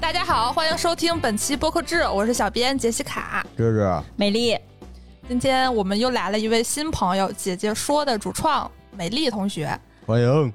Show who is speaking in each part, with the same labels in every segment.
Speaker 1: 大家好，欢迎收听本期播客志，我是小编杰西卡。
Speaker 2: 芝芝，
Speaker 3: 美丽，
Speaker 1: 今天我们又来了一位新朋友，姐姐说的主创美丽同学。
Speaker 2: 欢迎。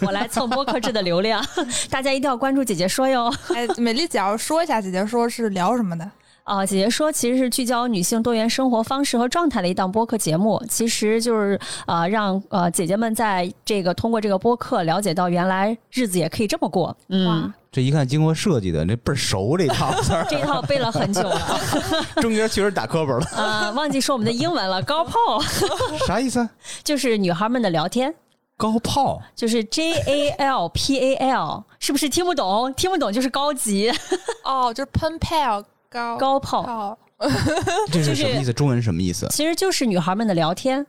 Speaker 3: 我来蹭播客制的流 量，大家一定要关注姐姐说哟。
Speaker 1: 哎，美丽姐要说一下，姐姐说是聊什么的？
Speaker 3: 啊、姐姐说其实是聚焦女性多元生活方式和状态的一档播客节目，其实就是呃让呃姐姐们在这个通过这个播客了解到原来日子也可以这么过。嗯，
Speaker 2: 这一看经过设计的，这倍儿熟这套词儿，
Speaker 3: 这一套背了很久 了，
Speaker 2: 中间确实打磕巴了，
Speaker 3: 啊，忘记说我们的英文了， 高炮
Speaker 2: 啥意思？
Speaker 3: 就是女孩们的聊天。
Speaker 2: 高炮
Speaker 3: 就是 J A L P A L，是不是听不懂？听不懂就是高级
Speaker 1: 哦，就是喷 pal 高
Speaker 3: 高炮，
Speaker 1: 高
Speaker 2: 这
Speaker 3: 就是
Speaker 2: 什么意思？中文什么意思？
Speaker 3: 其实就是女孩们的聊天。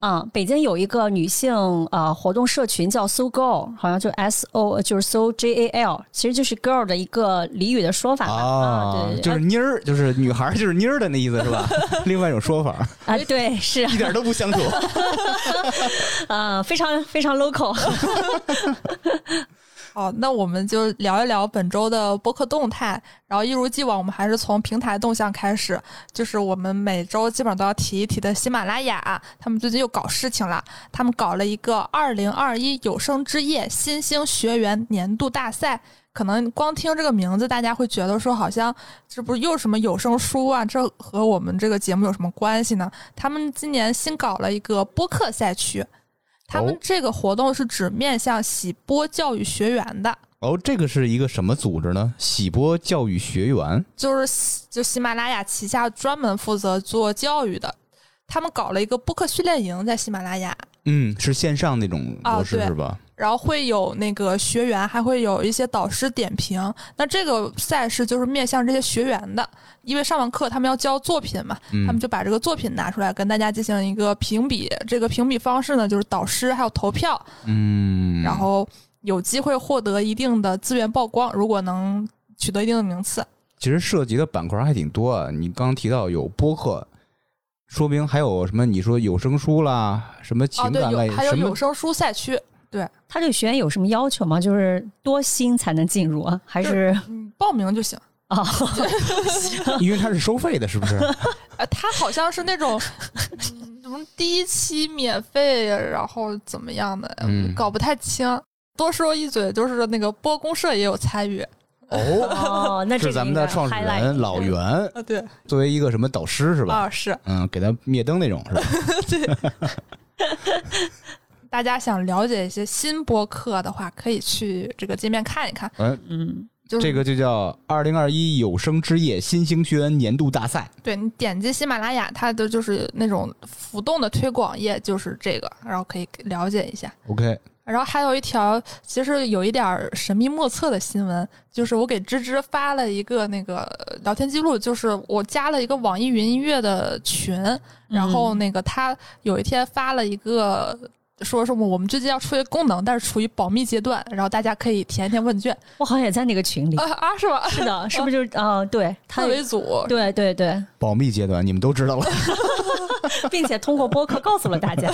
Speaker 3: 啊、北京有一个女性呃活动社群叫 “so girl”，好像就 S O 就是 “so J A L”，其实就是 “girl” 的一个俚语的说法吧。啊，
Speaker 2: 哦
Speaker 3: 对，对
Speaker 2: 就是妮儿，就是女孩儿，就是妮儿的那意思是 吧？另外一种说法，
Speaker 3: 啊，对，是
Speaker 2: 一点都不相同。
Speaker 3: 啊、非常非常 local。
Speaker 1: 好，那我们就聊一聊本周的播客动态。然后一如既往，我们还是从平台动向开始，就是我们每周基本上都要提一提的喜马拉雅，他们最近又搞事情了，他们搞了一个二零二一有声之夜新兴学员年度大赛。可能光听这个名字，大家会觉得说好像这不是又什么有声书啊？这和我们这个节目有什么关系呢？他们今年新搞了一个播客赛区，他们
Speaker 2: 哦
Speaker 1: 这个活动是指面向喜播教育学员的，
Speaker 2: 哦，这个是一个什么组织呢？喜播教育学员
Speaker 1: 就是喜就喜马拉雅旗下专门负责做教育的。他们搞了一个播客训练营在喜马拉雅，
Speaker 2: 嗯，是线上那种
Speaker 1: 啊
Speaker 3: 哦
Speaker 2: 模式
Speaker 1: 对
Speaker 2: 是吧？
Speaker 1: 然后会有那个学员，还会有一些导师点评。那这个赛事就是面向这些学员的，因为上完课他们要交作品嘛，
Speaker 2: 嗯
Speaker 1: 他们就把这个作品拿出来跟大家进行一个评比。这个评比方式呢，就是导师还有投票，
Speaker 2: 嗯，
Speaker 1: 然后有机会获得一定的资源曝光，如果能取得一定的名次。
Speaker 2: 其实涉及的板块还挺多啊。你刚提到有播客，说明还有什么？你说有声书啦，什么
Speaker 1: 哦，
Speaker 2: 情
Speaker 1: 对，
Speaker 2: 感类，
Speaker 1: 有还有
Speaker 2: 什
Speaker 1: 有
Speaker 2: 么
Speaker 1: 声书赛区，
Speaker 3: 他对学员有什么要求吗？就是多新才能进入啊，还 是
Speaker 1: 嗯，报名就行。
Speaker 3: 哦，
Speaker 2: 因为它是收费的，是不 是？
Speaker 1: 呃，他好像是那种嗯什么第一期免费，然后怎么样的，
Speaker 2: 嗯
Speaker 1: 搞不太清。多说一嘴，就是那个播公社也有参与
Speaker 2: 哦，
Speaker 3: 哦，那这
Speaker 2: 是
Speaker 3: 个
Speaker 2: 咱们
Speaker 3: 应
Speaker 2: 的
Speaker 3: 该
Speaker 2: 创始
Speaker 3: highlight
Speaker 2: 人老袁，
Speaker 1: 啊，对
Speaker 2: 作为一个什么导师是吧？
Speaker 1: 啊是。
Speaker 2: 嗯，给他灭灯那种 是吧？
Speaker 1: 大家想了解一些新播客的话，可以去这个界面看一看。
Speaker 2: 嗯，
Speaker 3: 嗯，
Speaker 1: 就是
Speaker 2: 这个就叫二零二一有声之夜新兴学员年度大赛。
Speaker 1: 对你点击喜马拉雅，它的就是那种浮动的推广页，就是这个，然后可以了解一下。
Speaker 2: OK，
Speaker 1: 然后还有一条，其实有一点儿神秘莫测的新闻，就是我给芝芝发了一个那个聊天记录，就是我加了一个网易云音乐的群，然
Speaker 3: 嗯
Speaker 1: 后那个他有一天发了一个。说什么？我们最近要出一个功能，但是处于保密阶段，然后大家可以填一填问卷
Speaker 3: 我好像也在那个群里
Speaker 1: 啊。啊，是吧？
Speaker 3: 是的，是不是就是啊？对，他
Speaker 1: 特 为组
Speaker 3: 对对对，
Speaker 2: 保密阶段你们都知道了。
Speaker 3: 并且通过播客告诉了大家。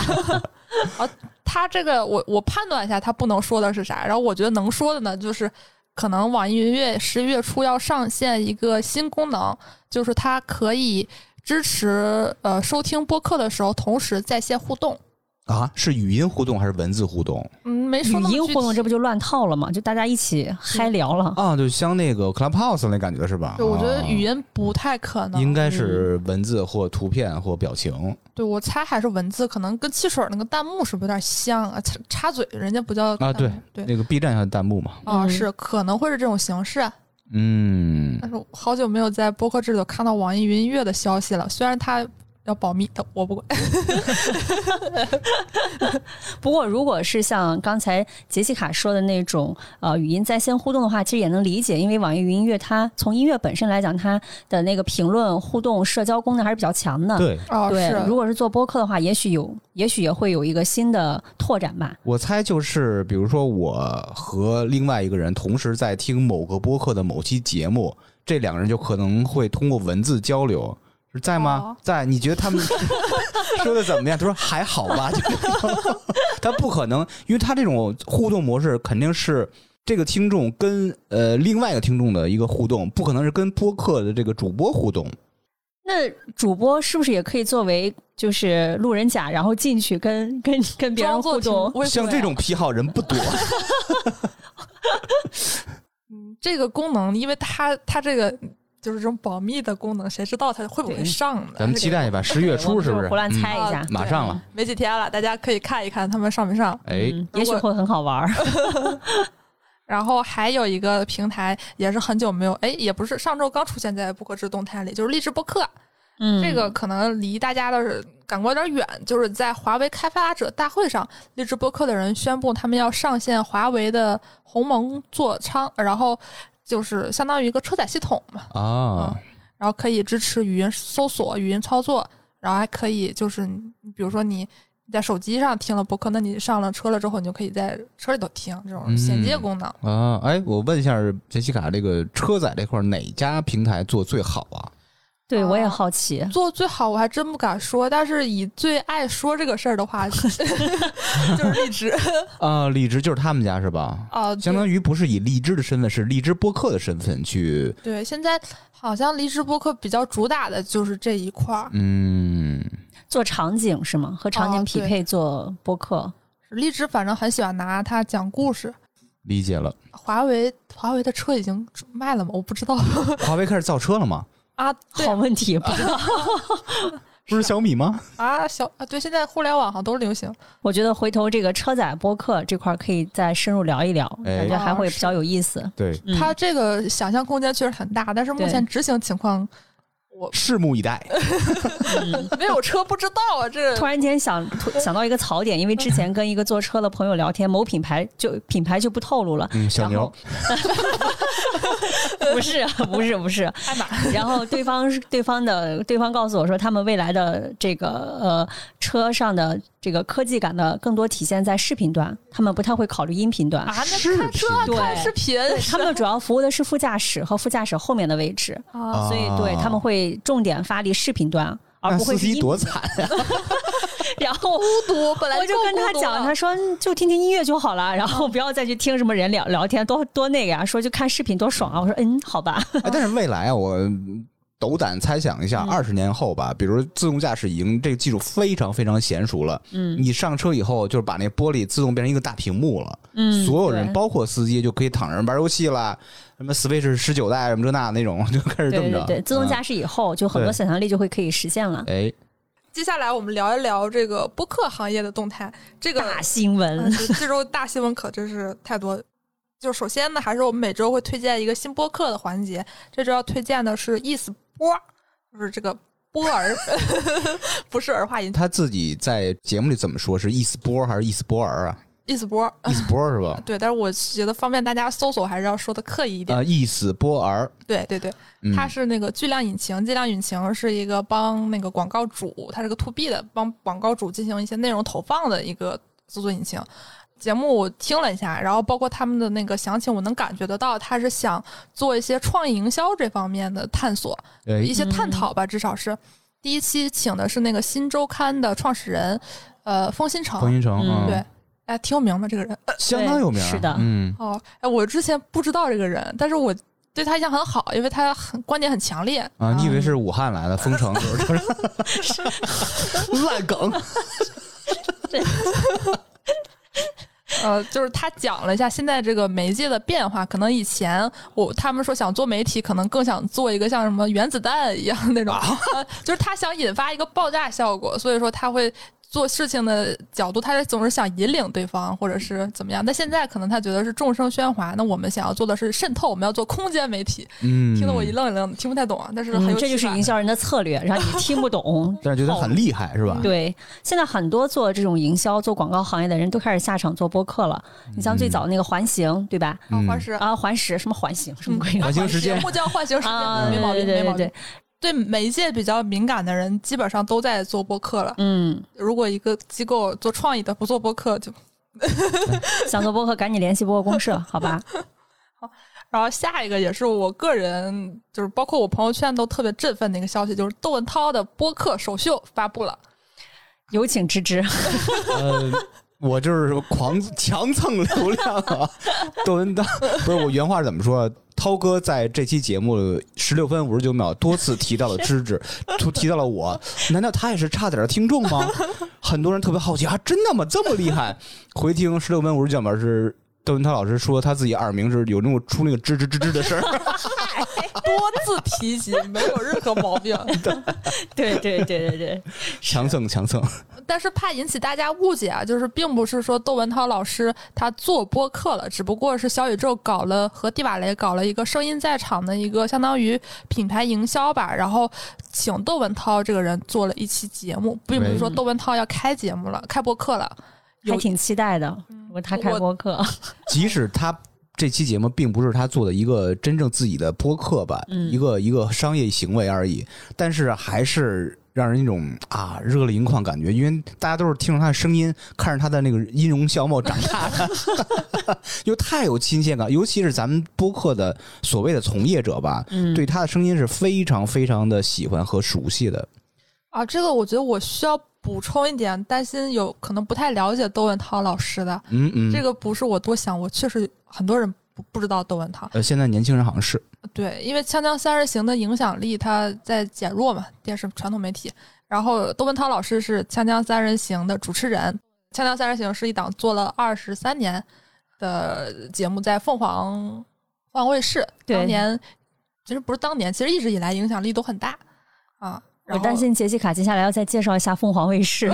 Speaker 1: 他这个我我判断一下，他不能说的是啥。然后我觉得能说的呢，就是可能网易云音乐十一月初要上线一个新功能，就是它可以支持呃收听播客的时候同时在线互动。
Speaker 2: 啊，是语音互动还是文字互动
Speaker 1: 嗯，没
Speaker 3: 语
Speaker 1: 说那么
Speaker 3: 音
Speaker 1: 具
Speaker 3: 互动
Speaker 1: 体
Speaker 3: 这不就乱套了吗？就大家一起嗨聊了。
Speaker 2: 啊？就像那个 Clubhouse 那感觉是吧？
Speaker 1: 对，我觉得
Speaker 2: 哦
Speaker 1: 语音不太可能。
Speaker 2: 应该是文字或图片或表情。
Speaker 1: 对我猜还是文字，可能跟汽水那个弹幕是不是有点像啊？插插嘴，人家不叫
Speaker 2: 啊对
Speaker 1: 弹幕对
Speaker 2: 那个 B 站上的弹幕嘛，
Speaker 1: 啊、
Speaker 3: 嗯
Speaker 1: 是可能会是这种形式。啊
Speaker 2: 嗯
Speaker 1: 但，是我好久没有在播客制度看到网易云音乐的消息了，虽然它要保密，但我不管。
Speaker 3: 不过，如果是像刚才杰西卡说的那种呃语音在线互动的话，其实也能理解，因为网易云音乐它从音乐本身来讲，它的那个评论、互动、社交功能还是比较强的。
Speaker 2: 对，
Speaker 1: 哦，
Speaker 3: 对如
Speaker 1: 是，
Speaker 3: 果是啊做播客的话，也许有，也许也会有一个新的拓展吧。
Speaker 2: 我猜就是，比如说我和另外一个人同时在听某个播客的某期节目，这两个人就可能会通过文字交流，是在吗？
Speaker 1: 哦
Speaker 2: 在？你觉 得他们说的怎么样？他说还 好吧，就他不可能，因为他这种互动模式肯定是这个听众跟呃另外一个听众的一个互动，不可能是跟播客的这个主播互动。
Speaker 3: 那主播是不是也可以作为就是路人甲，然后进去跟跟跟别人
Speaker 1: 装作
Speaker 3: 互动？
Speaker 1: 挺
Speaker 2: 像这，种癖好人 不多，
Speaker 1: 嗯这个功能，因为它它这个就是这种保密的功能，谁知道它会不会
Speaker 3: 对
Speaker 1: 上呢？
Speaker 2: 咱们期待一把，十月初是不是？
Speaker 3: 胡乱猜
Speaker 2: 嗯
Speaker 3: 一下，
Speaker 2: 马上了，
Speaker 1: 没几天了，大家可以看一看他们上没上。
Speaker 2: 哎，
Speaker 3: 嗯
Speaker 1: 果
Speaker 3: 也许会很好玩儿。
Speaker 1: 然后还有一个平台也是很久没有，哎，也不是上周刚出现在不可知动态里，就是励志播客，
Speaker 3: 嗯，
Speaker 1: 这个可能离大家的感官有点远，就是在华为开发者大会上，励志播客的人宣布他们要上线华为的鸿蒙座舱，然后就是相当于一个车载系统嘛，
Speaker 3: 嗯
Speaker 2: 啊，
Speaker 1: 然后可以支持语音搜索、语音操作，然后还可以就是你，比如说你在手机上听了播客，那你上了车了之后，你就可以在车里头听这
Speaker 2: 嗯
Speaker 1: 种衔接功能。
Speaker 2: 啊，哎，我问一下杰西卡，这个车载这块儿哪家平台做最好啊？
Speaker 3: 对我也
Speaker 1: 啊
Speaker 3: 好奇，
Speaker 1: 做最好我还真不敢说，但是以最爱说这个事儿的话， 就是荔 枝
Speaker 2: 啊，荔枝就是他们家是吧？
Speaker 1: 啊，
Speaker 3: 哦
Speaker 2: 相当于不是以荔枝的身份，是荔枝播客的身份去，
Speaker 1: 对。现在好像荔枝播客比较主打的就是这一块儿，
Speaker 2: 嗯，
Speaker 3: 做场景是吗？和场
Speaker 1: 哦
Speaker 3: 景匹
Speaker 1: 对
Speaker 3: 配做播客，
Speaker 1: 荔枝反正很喜欢拿它讲故事。
Speaker 2: 理解了。
Speaker 1: 华为华为的车已经卖了吗？我不知道
Speaker 2: 华为开始造车了 吗？
Speaker 1: 啊。对
Speaker 3: 好问题，不知道。
Speaker 2: 不是小米吗？
Speaker 1: 啊，小啊，对，现在互联网上都流行。
Speaker 3: 我觉得回头这个车载播客这块儿可以再深入聊一聊，
Speaker 2: 哎
Speaker 3: 感觉还
Speaker 1: 哦
Speaker 3: 会比
Speaker 1: 是
Speaker 3: 较有意思。
Speaker 2: 对，
Speaker 3: 嗯
Speaker 1: 它这个想象空间确实很大，但是目
Speaker 3: 对
Speaker 1: 前执行情况
Speaker 2: 拭目以待。
Speaker 3: 嗯
Speaker 1: 没有车不知道啊，这
Speaker 3: 突然间想突想到一个槽点，因为之前跟一个坐车的朋友聊天，某品牌就品牌就不透露了，
Speaker 2: 嗯，小
Speaker 3: 然
Speaker 2: 牛
Speaker 3: 后，不是啊不是不是，
Speaker 1: 爱玛
Speaker 3: 然后对方是对方的对方告诉我说，他们未来的这个呃车上的这个科技感的更多体现在视频端，他们不太会考虑音频端。
Speaker 1: 啊，
Speaker 2: 视
Speaker 1: 那看车
Speaker 2: 频
Speaker 1: 看
Speaker 3: 对
Speaker 1: 视频，
Speaker 3: 对他们主要服务的是副驾驶和副驾驶后面的位置，
Speaker 1: 啊，
Speaker 3: 所以对他们会重点发力视频端，而
Speaker 2: 那
Speaker 3: 不会
Speaker 2: 司
Speaker 3: 是
Speaker 2: 机
Speaker 3: 音。
Speaker 2: 多惨啊！
Speaker 3: 然后
Speaker 1: 孤独本来
Speaker 3: 我就跟他讲，他说嗯就听听音乐就好了，然后不要再去听什么人聊聊天，多多那个呀、说就看视频多爽啊！我说嗯，好吧，
Speaker 2: 哎但是未来啊，我斗胆猜想一下，
Speaker 3: 嗯
Speaker 2: 二十年后吧，比如自动驾驶已经这个技术非常非常娴熟了，
Speaker 3: 嗯
Speaker 2: 你上车以后就是把那玻璃自动变成一个大屏幕了，
Speaker 3: 嗯，
Speaker 2: 所有人
Speaker 3: 对
Speaker 2: 包括司机就可以躺着玩游戏啦，什么 Switch 十九代什么这那那种 就开始这么
Speaker 3: 对对
Speaker 2: 着。嗯
Speaker 3: 对，自动驾驶以后就很多
Speaker 2: 对
Speaker 3: 想象力就会可以实现了。
Speaker 2: 嗯哎，
Speaker 1: 接下来我们聊一聊这个播客行业的动态，这个
Speaker 3: 大
Speaker 1: 嗯
Speaker 3: 新闻，
Speaker 1: 这这周大新闻可真是太多。就首先呢，还是我们每周会推荐一个新播客的环节，这周要推荐的是意思波，就是这个波儿， 不是儿化音，
Speaker 2: 他自己在节目里怎么说？是一斯波还是一斯波尔啊？
Speaker 1: 意思波。
Speaker 2: 一斯波是 吧？
Speaker 1: 对，但是我觉得方便大家搜索，还是要说的刻意一点。
Speaker 2: 啊，一斯波尔，
Speaker 1: 对对对，
Speaker 2: 嗯
Speaker 1: 它是那个巨量引擎，巨量引擎是一个帮那个广告主，它是个 to B 的，帮广告主进行一些内容投放的一个搜索引擎。节目我听了一下，然后包括他们的那个详情，我能感觉得到，他是想做一些创意营销这方面的探索，
Speaker 2: 哎
Speaker 1: 一些探讨吧，至少是。第一期请的是那个新周刊的创始人，呃，风新城，
Speaker 2: 冯云成，
Speaker 3: 嗯
Speaker 2: 嗯
Speaker 1: 对，哎，挺有名的这个人。
Speaker 2: 相当有名儿，
Speaker 3: 对是的
Speaker 2: 嗯，
Speaker 1: 哦，哎，我之前不知道这个人，但是我对他印象很好，因为他很观点很强烈。
Speaker 2: 啊，你以为是武汉来的封 城是不是？ 烂梗，
Speaker 1: 呃，就是他讲了一下现在这个媒介的变化，可能以前我他们说想做媒体，可能更想做一个像什么原子弹一样那种，
Speaker 2: 啊
Speaker 1: 呃就是他想引发一个爆炸效果，所以说他会。做事情的角度，他是总是想引领对方，或者是怎么样。但现在可能他觉得是众生喧哗，那我们想要做的是渗透，我们要做空间媒体。
Speaker 2: 嗯，。
Speaker 1: 听得我一愣一愣的，听不太懂啊，但是很有
Speaker 3: 嗯，
Speaker 1: 趣
Speaker 3: 这就是
Speaker 1: 感
Speaker 3: 营销人的策略，让你听不懂
Speaker 2: 但是觉得很厉害是吧？
Speaker 3: 对，现在很多做这种营销、做广告行业的人都开始下场做播客了。
Speaker 1: 嗯
Speaker 3: 你像最早那个环形，对吧？
Speaker 1: 啊
Speaker 2: 嗯，
Speaker 1: 花石
Speaker 3: 啊，环石什么环形什么鬼
Speaker 2: 环形时间
Speaker 1: 节目叫唤醒时间，
Speaker 3: 啊？
Speaker 1: 没
Speaker 3: 对
Speaker 1: 毛
Speaker 3: 对
Speaker 1: 病，
Speaker 3: 对
Speaker 1: 没毛
Speaker 3: 对
Speaker 1: 病对
Speaker 3: 对。，
Speaker 1: 媒介比较敏感的人，基本上都在做播客了。
Speaker 3: 嗯，
Speaker 1: 如果一个机构做创意的不做播客，就
Speaker 3: 想做播客赶紧联系播客 公社，好吧？
Speaker 1: 然后下一个也是我个人，就是包括我朋友圈都特别振奋的一个消息，就是窦文涛的播客首秀发布了。
Speaker 3: 有请芝芝。
Speaker 2: 呃，我就是狂强蹭流量啊！窦文涛不是我原话怎么说啊？涛哥在这期节目十六分五十九秒多次提到了芝芝，都提到了我，难道他也是差点的听众吗？很多人特别好奇啊，真的吗？这么厉害？回听十六分五十九秒是窦文涛老师说他自己耳鸣是有那种出那个吱吱吱吱的声 儿，
Speaker 1: 多次提及，没有任何毛病。
Speaker 3: 对对对对对，
Speaker 2: 强蹭强蹭。
Speaker 1: 但是怕引起大家误解啊，就是并不是说窦文涛老师他做播客了，只不过是小宇宙搞了和地瓦雷搞了一个声音在场的一个相当于品牌营销吧，然后请窦文涛这个人做了一期节目，并不是说
Speaker 3: 嗯
Speaker 1: 窦文涛要开节目了，开播客了。有嗯
Speaker 3: 还挺期待的。如果他开
Speaker 1: 我
Speaker 3: 播客，
Speaker 2: 即使他这期节目并不是他做的一个真正自己的播客吧，
Speaker 3: 嗯
Speaker 2: 一个一个商业行为而已，但是还是让人一种啊热泪盈眶感觉，因为大家都是听着他的声音，看着他的那个音容笑貌长大的， 就太有亲切感，尤其是咱们播客的所谓的从业者吧，
Speaker 3: 嗯，
Speaker 2: 对他的声音是非常非常的喜欢和熟悉的。
Speaker 1: 啊，这个我觉得我需要补充一点，担心有可能不太了解窦文涛老师的，
Speaker 2: 嗯嗯，
Speaker 1: 这个不是我多想，我确实很多人不不知道窦文涛。
Speaker 2: 呃，现在年轻人好像是
Speaker 1: 对，因为《锵锵三人行》的影响力它在减弱嘛，电视传统媒体。然后窦文涛老师是《锵锵三人行》的主持人，《锵锵三人行》是一档做了二十三年的节目，在凤凰凤凰卫视。
Speaker 3: 对
Speaker 1: 当年其实不是当年，其实一直以来影响力都很大啊。然
Speaker 3: 我
Speaker 1: 后
Speaker 3: 担心杰西卡接下来要再介绍一下凤凰 卫视，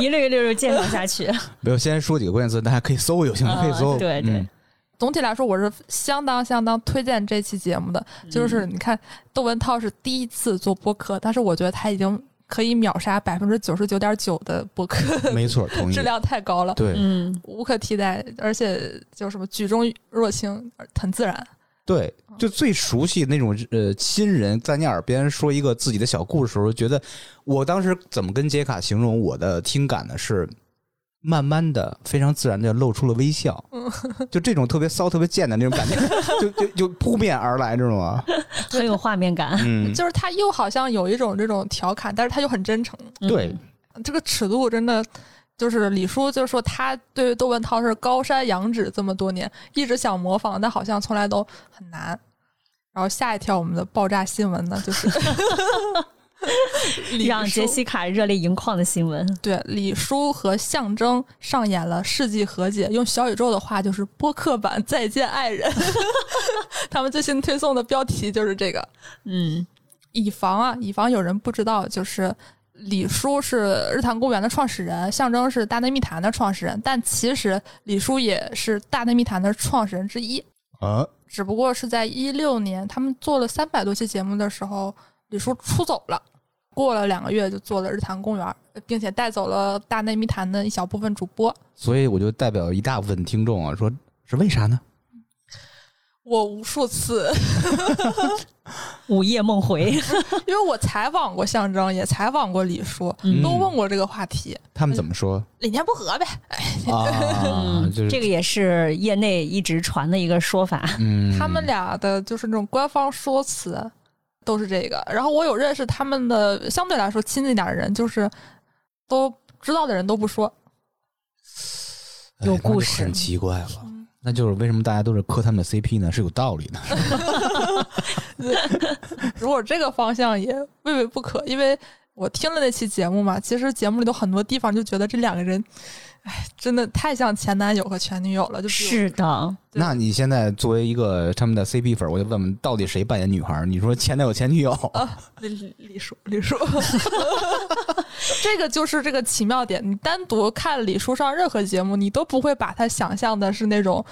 Speaker 3: 一溜一溜地介绍下去。
Speaker 2: 没有先说几个关键词，大家可以搜，有兴趣可以
Speaker 3: 啊
Speaker 2: 搜。
Speaker 3: 对对
Speaker 2: 嗯
Speaker 1: 总体来说，我是相当相当推荐这期节目的。就是你看，窦文涛是第一次做播客，但是我觉得他已经可以秒杀百分之九十九点九的播客，
Speaker 2: 嗯没错，同 意
Speaker 1: 质。量太高了，
Speaker 2: 对，
Speaker 3: 嗯，
Speaker 1: 无可替代，而且就什么举重若轻，很自然。
Speaker 2: 对，
Speaker 3: 嗯
Speaker 2: 就最熟悉那种呃新人在你耳边说一个自己的小故事的时候，觉得我当时怎么跟杰卡形容我的听感呢？是慢慢的、非常自然的露出了微笑，
Speaker 3: 嗯
Speaker 2: 就这种特别骚、特别贱的那种感觉， 就就就扑面而来，知道吗？
Speaker 3: 很有画面感。
Speaker 2: 嗯，
Speaker 1: 就是他又好像有一种这种调侃，但是他又很真诚。
Speaker 2: 对，
Speaker 1: 这个尺度真的就是李叔，就是说他对窦文涛是高山仰止这么多年，一直想模仿，但好像从来都很难。然后下一条我们的爆炸新闻呢，就是
Speaker 3: 嗯，
Speaker 1: 李
Speaker 3: 让
Speaker 1: 叔
Speaker 3: 杰西卡热泪盈眶的新闻。
Speaker 1: 对李叔和象征上演了世纪和解，用小宇宙的话就是播客版《再见爱人》， 他们最新推送的标题就是这个。
Speaker 3: 嗯，
Speaker 1: 以防啊，以防有人不知道，就是李叔是日坛公园的创始人，象征是大内密谈的创始人，但其实李叔也是大内密谈的创始人之一，
Speaker 2: 啊，
Speaker 1: 只不过是在一六年他们做了三百多期节目的时候，李叔出走了。过了两个月就做了日坛公园，并且带走了大内密谈的一小部分主播。
Speaker 2: 所以我就代表一大部分听众啊，说是为啥呢？
Speaker 1: 我无数次，
Speaker 3: 午夜梦回。
Speaker 1: 因为我采访过象征，也采访过李叔，
Speaker 2: 嗯
Speaker 1: 都问过这个话题，
Speaker 2: 他们怎么说
Speaker 1: 理念不合呗。
Speaker 2: 啊？就是
Speaker 3: 嗯这个也是业内一直传的一个说法。
Speaker 2: 嗯，
Speaker 1: 他们俩的就是那种官方说辞都是这个。然后我有认识他们的相对来说亲近点的人，就是都知道的人都不说。
Speaker 2: 哎
Speaker 3: 有
Speaker 2: 那就
Speaker 3: 故事
Speaker 2: 很奇怪了。那就是为什么大家都是磕他们的 CP 呢？是有道理的。
Speaker 1: 如果这个方向也未必不可，因为我听了那期节目嘛，其实节目里头很多地方就觉得这两个人，哎，真的太像前男友和前女友了，就比如
Speaker 3: 是的，
Speaker 1: 对
Speaker 2: 那你现在作为一个他们的 CP 粉儿，我就问问，到底谁扮演女孩儿？你说前男友、前女友，
Speaker 1: 李李李叔，李叔， 这个就是这个奇妙点。你单独看李叔上任何节目，你都不会把他想象的是那种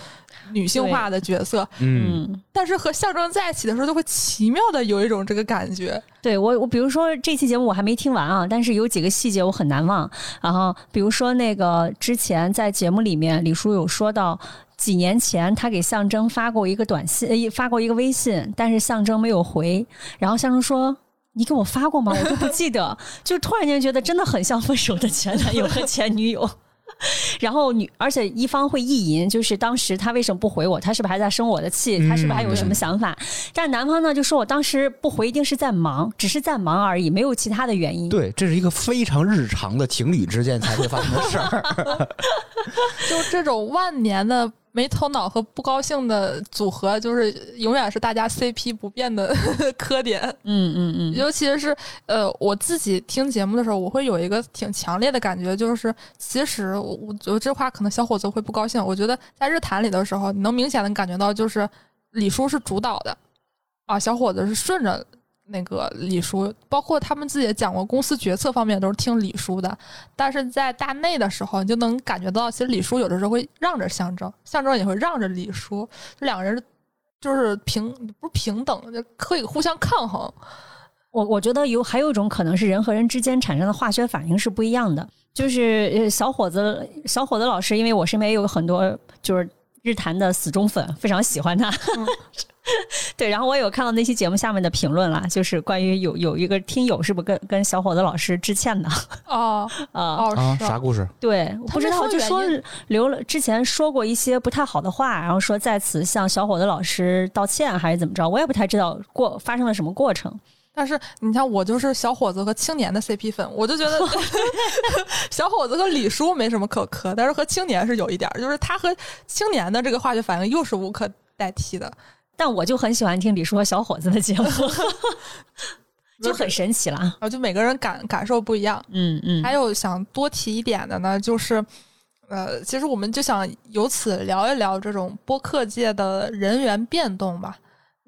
Speaker 1: 女性化的角色，
Speaker 2: 嗯，
Speaker 3: 嗯。
Speaker 1: 但是和象征在一起的时候，就会奇妙的有一种这个感觉。
Speaker 3: 对我，我比如说这期节目我还没听完啊，但是有几个细节我很难忘。然后比如说那个之前在节目里面，李叔有说到。几年前，他给象征发过一个短信，呃一发过一个微信，但是象征没有回。然后象征说：“你给我发过吗？我都不记得。”就突然间觉得真的很像分手的前男友和前女友。 然后女，而且一方会意淫，就是当时他为什么不回我？他是不是还在生我的气？他是不是还有什么想法？但男方呢就说我当时不回一定是在忙，只是在忙而已，没有其他的原因。
Speaker 2: 对，这是一个非常日常的情侣之间才会发生的事儿。
Speaker 1: 就这种万年的没头脑和不高兴的组合，就是永远是大家 CP 不变的 磕点。
Speaker 3: 嗯嗯嗯，
Speaker 1: 尤其是呃，我自己听节目的时候，我会有一个挺强烈的感觉，就是其实我我我这话可能小伙子会不高兴。我觉得在日坛里的时候，你能明显的感觉到，就是李叔是主导的，啊，小伙子是顺着那个李叔，包括他们自己也讲过，公司决策方面都是听李叔的。但是在大内的时候，你就能感觉到，其实李叔有的时候会让着象征，象征也会让着李叔，这两个人就是平不是平等，就可以互相抗衡。
Speaker 3: 我我觉得有还有一种可能是人和人之间产生的化学反应是不一样的，就是呃小伙子小伙子老师，因为我身边也有很多就是日坛的死忠粉，非常喜欢他。
Speaker 1: 嗯
Speaker 3: 对，然后我有看到那期节目下面的评论啦，就是关于有有一个听友是不是跟跟小伙子老师致歉的
Speaker 1: 哦
Speaker 3: 啊？
Speaker 1: 哦，
Speaker 2: 啊，
Speaker 1: 是
Speaker 2: 啥故事？
Speaker 3: 对，我
Speaker 1: 他
Speaker 3: 不知
Speaker 1: 们
Speaker 3: 道
Speaker 1: 说
Speaker 3: 就
Speaker 1: 原
Speaker 3: 说
Speaker 1: 因
Speaker 3: 留了之前说过一些不太好的话，然后说在此向小伙子老师道歉还是怎么着，我也不太知道过发生了什么过程。
Speaker 1: 但是你像我就是小伙子和青年的 CP 粉，我就觉得 小伙子和李叔没什么可磕，但是和青年是有一点儿，就是他和青年的这个化学反应又是无可代替的。
Speaker 3: 但我就很喜欢听李叔和小伙子的节目，就很神奇了。
Speaker 1: 然后就每个人感感受不一样。
Speaker 3: 嗯嗯，
Speaker 1: 还有想多提一点的呢，就是，呃，其实我们就想由此聊一聊这种播客界的人员变动吧。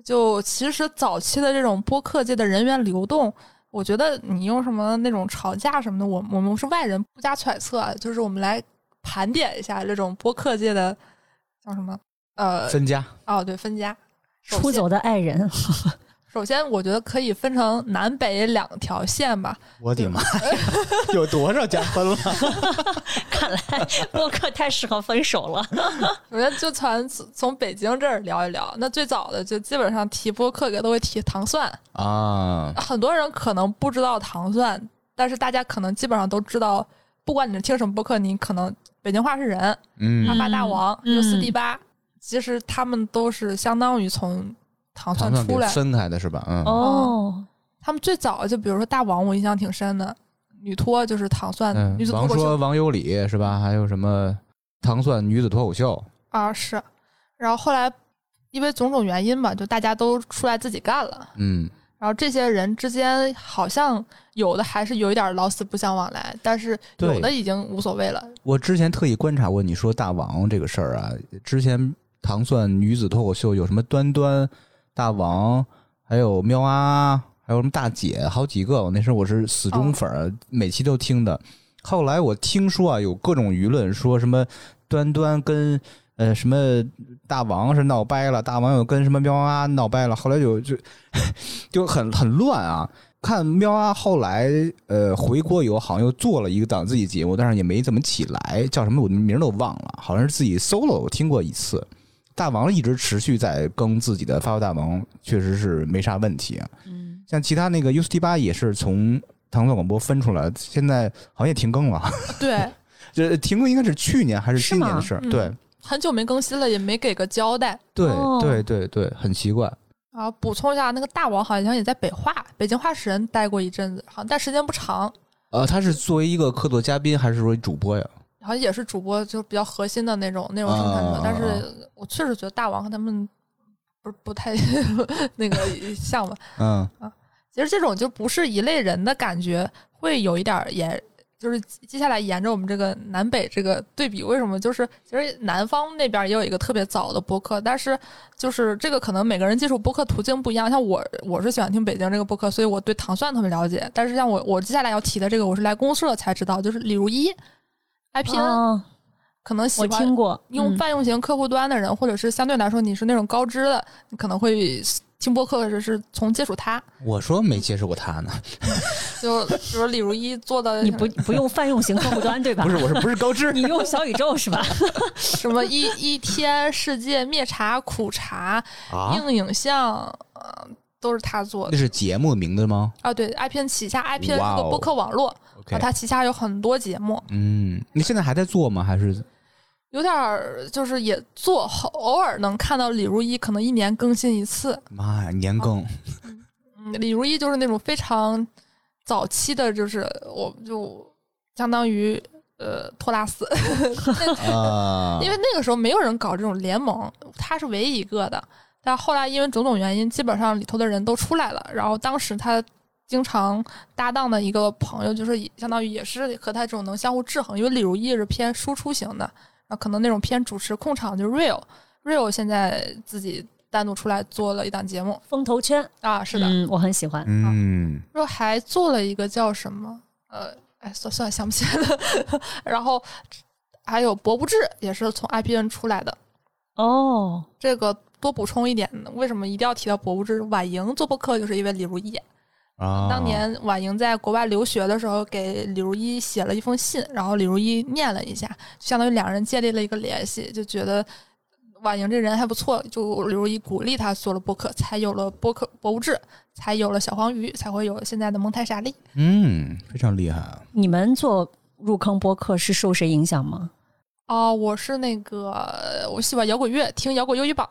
Speaker 1: 就其实早期的这种播客界的人员流动，我觉得你用什么那种吵架什么的，我我们是外人，不加揣测啊。就是我们来盘点一下这种播客界的叫什么？呃，
Speaker 2: 分家
Speaker 1: 哦，对，分家。首
Speaker 3: 出
Speaker 1: 先
Speaker 3: 走的爱人，
Speaker 1: 首先，我觉得可以分成南北两条线吧。
Speaker 2: 我的妈呀， 有多少家分了？
Speaker 3: 看来播客太适合分手了。
Speaker 1: 首先就从从北京这儿聊一聊。那最早的就基本上提播客都会提糖蒜，
Speaker 2: 啊，
Speaker 1: 很多人可能不知道糖蒜，但是大家可能基本上都知道，不管你是听什么播客，你可能北京话是人，
Speaker 2: 嗯
Speaker 1: 阿，巴大王、
Speaker 3: 嗯
Speaker 1: 六四 D 八，其实他们都是相当于从糖蒜
Speaker 2: 糖蒜
Speaker 1: 出
Speaker 2: 给
Speaker 1: 来。
Speaker 2: 分开的是吧？嗯，
Speaker 3: 哦，
Speaker 1: 他们最早就比如说大王，我印象挺深的，女托就是糖蒜、
Speaker 2: 嗯
Speaker 1: 女子脱
Speaker 2: 王
Speaker 1: 口秀
Speaker 2: 说王有理是吧？还有什么糖蒜女子脱口秀？
Speaker 1: 啊是，然后后来因为种种原因吧，就大家都出来自己干了。
Speaker 2: 嗯，
Speaker 1: 然后这些人之间好像有的还是有一点老死不相往来，但是
Speaker 2: 对
Speaker 1: 有的已经无所谓了。
Speaker 2: 我之前特意观察过你说大王这个事儿啊，之前糖蒜女子脱口秀有什么端端、大王，还有喵啊，还有什么大姐，好几个。我那时候我是死忠粉儿，每期都听的。后来我听说啊，有各种舆论说什么端端跟呃什么大王是闹掰了，大王又跟什么喵啊闹掰了，后来就 就就很很乱啊。看喵啊，后来呃回国以后好像又做了一个档自己节目，但是也没怎么起来，叫什么我名儿都忘了，好像是自己 solo 我听过一次。大王一直持续在更自己的发布大王，确实是没啥问题啊。
Speaker 3: 嗯，
Speaker 2: 像其他那个 U C D 八也是从糖蒜广播分出来，现在好像也停更了，
Speaker 1: 对，
Speaker 2: 这停更应该是去年还是今年的事儿？
Speaker 1: 是吗嗯
Speaker 2: 对
Speaker 1: 很久没更新了，也没给个交代。
Speaker 2: 对
Speaker 3: 哦
Speaker 2: 对对对，很奇怪。
Speaker 1: 然后补充一下，那个大王好像也在北化、北京化石人待过一阵子，好像但时间不长，
Speaker 2: 呃，他是作为一个客座嘉宾还是说主播呀？
Speaker 1: 好像也是主播，就比较核心的那种内容生产者。
Speaker 2: 啊
Speaker 1: 但是我确实觉得大王和他们不是不太 那个像吧。
Speaker 2: 嗯，
Speaker 1: 其实这种就不是一类人的感觉，会有一点儿沿，就是接下来沿着我们这个南北这个对比，为什么？就是其实南方那边儿也有一个特别早的播客，但是就是这个可能每个人接触播客途径不一样。像我，我是喜欢听北京这个播客，所以我对糖蒜特别了解。但是像我，我接下来要提的这个，我是来公社才知道，就是李如一，IPN、
Speaker 3: 哦，
Speaker 1: 可能喜
Speaker 3: 我
Speaker 1: 欢
Speaker 3: 听过，
Speaker 1: 用
Speaker 3: 嗯
Speaker 1: 泛用型客户端的人，或者是相对来说你是那种高知的，你可能会听播客，或者是从接触他。
Speaker 2: 我说没接触过他呢，
Speaker 1: 就比如李如一做的
Speaker 3: 你不不用泛用型客户端对吧？
Speaker 2: 不是，我是不是高知？
Speaker 3: 你用小宇宙是吧？
Speaker 1: 什么一一天世界灭茶苦茶、
Speaker 2: 啊，
Speaker 1: 硬影像，呃，都是他做
Speaker 2: 那
Speaker 1: 的
Speaker 2: 是节目名字吗？
Speaker 1: 啊。对，IPN 旗下 IPN
Speaker 2: 哇
Speaker 1: 这
Speaker 2: 哦
Speaker 1: 个播客网络，然后
Speaker 2: OK，
Speaker 1: 它旗下有很多节目，
Speaker 2: 嗯，你现在还在做吗？还是
Speaker 1: 有点儿就是也做，偶尔能看到李如一可能一年更新一次。
Speaker 2: 妈呀，年更？
Speaker 1: 嗯，李如一就是那种非常早期的，就是我就相当于呃托拉斯，
Speaker 2: 啊，
Speaker 1: 因为那个时候没有人搞这种联盟，他是唯一一个的。但后来因为种种原因，基本上里头的人都出来了。然后当时他经常搭档的一个朋友，就是也相当于也是和他这种能相互制衡，因为李如意是偏输出型的，然后可能那种偏主持控场就是 real real 现在自己单独出来做了一档节目
Speaker 3: 风投圈
Speaker 1: 啊，是的，
Speaker 3: 嗯，我很喜欢。
Speaker 2: 嗯，
Speaker 1: 然后还做了一个叫什么，呃，哎，算算了想不起来了。 然后还有博不智也是从 IPN 出来的，
Speaker 3: 哦，
Speaker 1: 这个多补充一点，为什么一定要提到博物志？婉莹做播客就是因为李如一。
Speaker 2: 啊，
Speaker 1: 嗯当年婉莹在国外留学的时候，给李如一写了一封信，然后李如一念了一下，就相当于两人建立了一个联系，就觉得婉莹这人还不错，就李如一鼓励他做了播客，才有了播客博物志，才有了小黄鱼，才会有现在的蒙台傻利。
Speaker 2: 嗯，非常厉害啊。
Speaker 3: 你们做入坑播客是受谁影响吗？
Speaker 1: 哦，我是那个我喜欢摇滚乐，听摇滚优语 榜，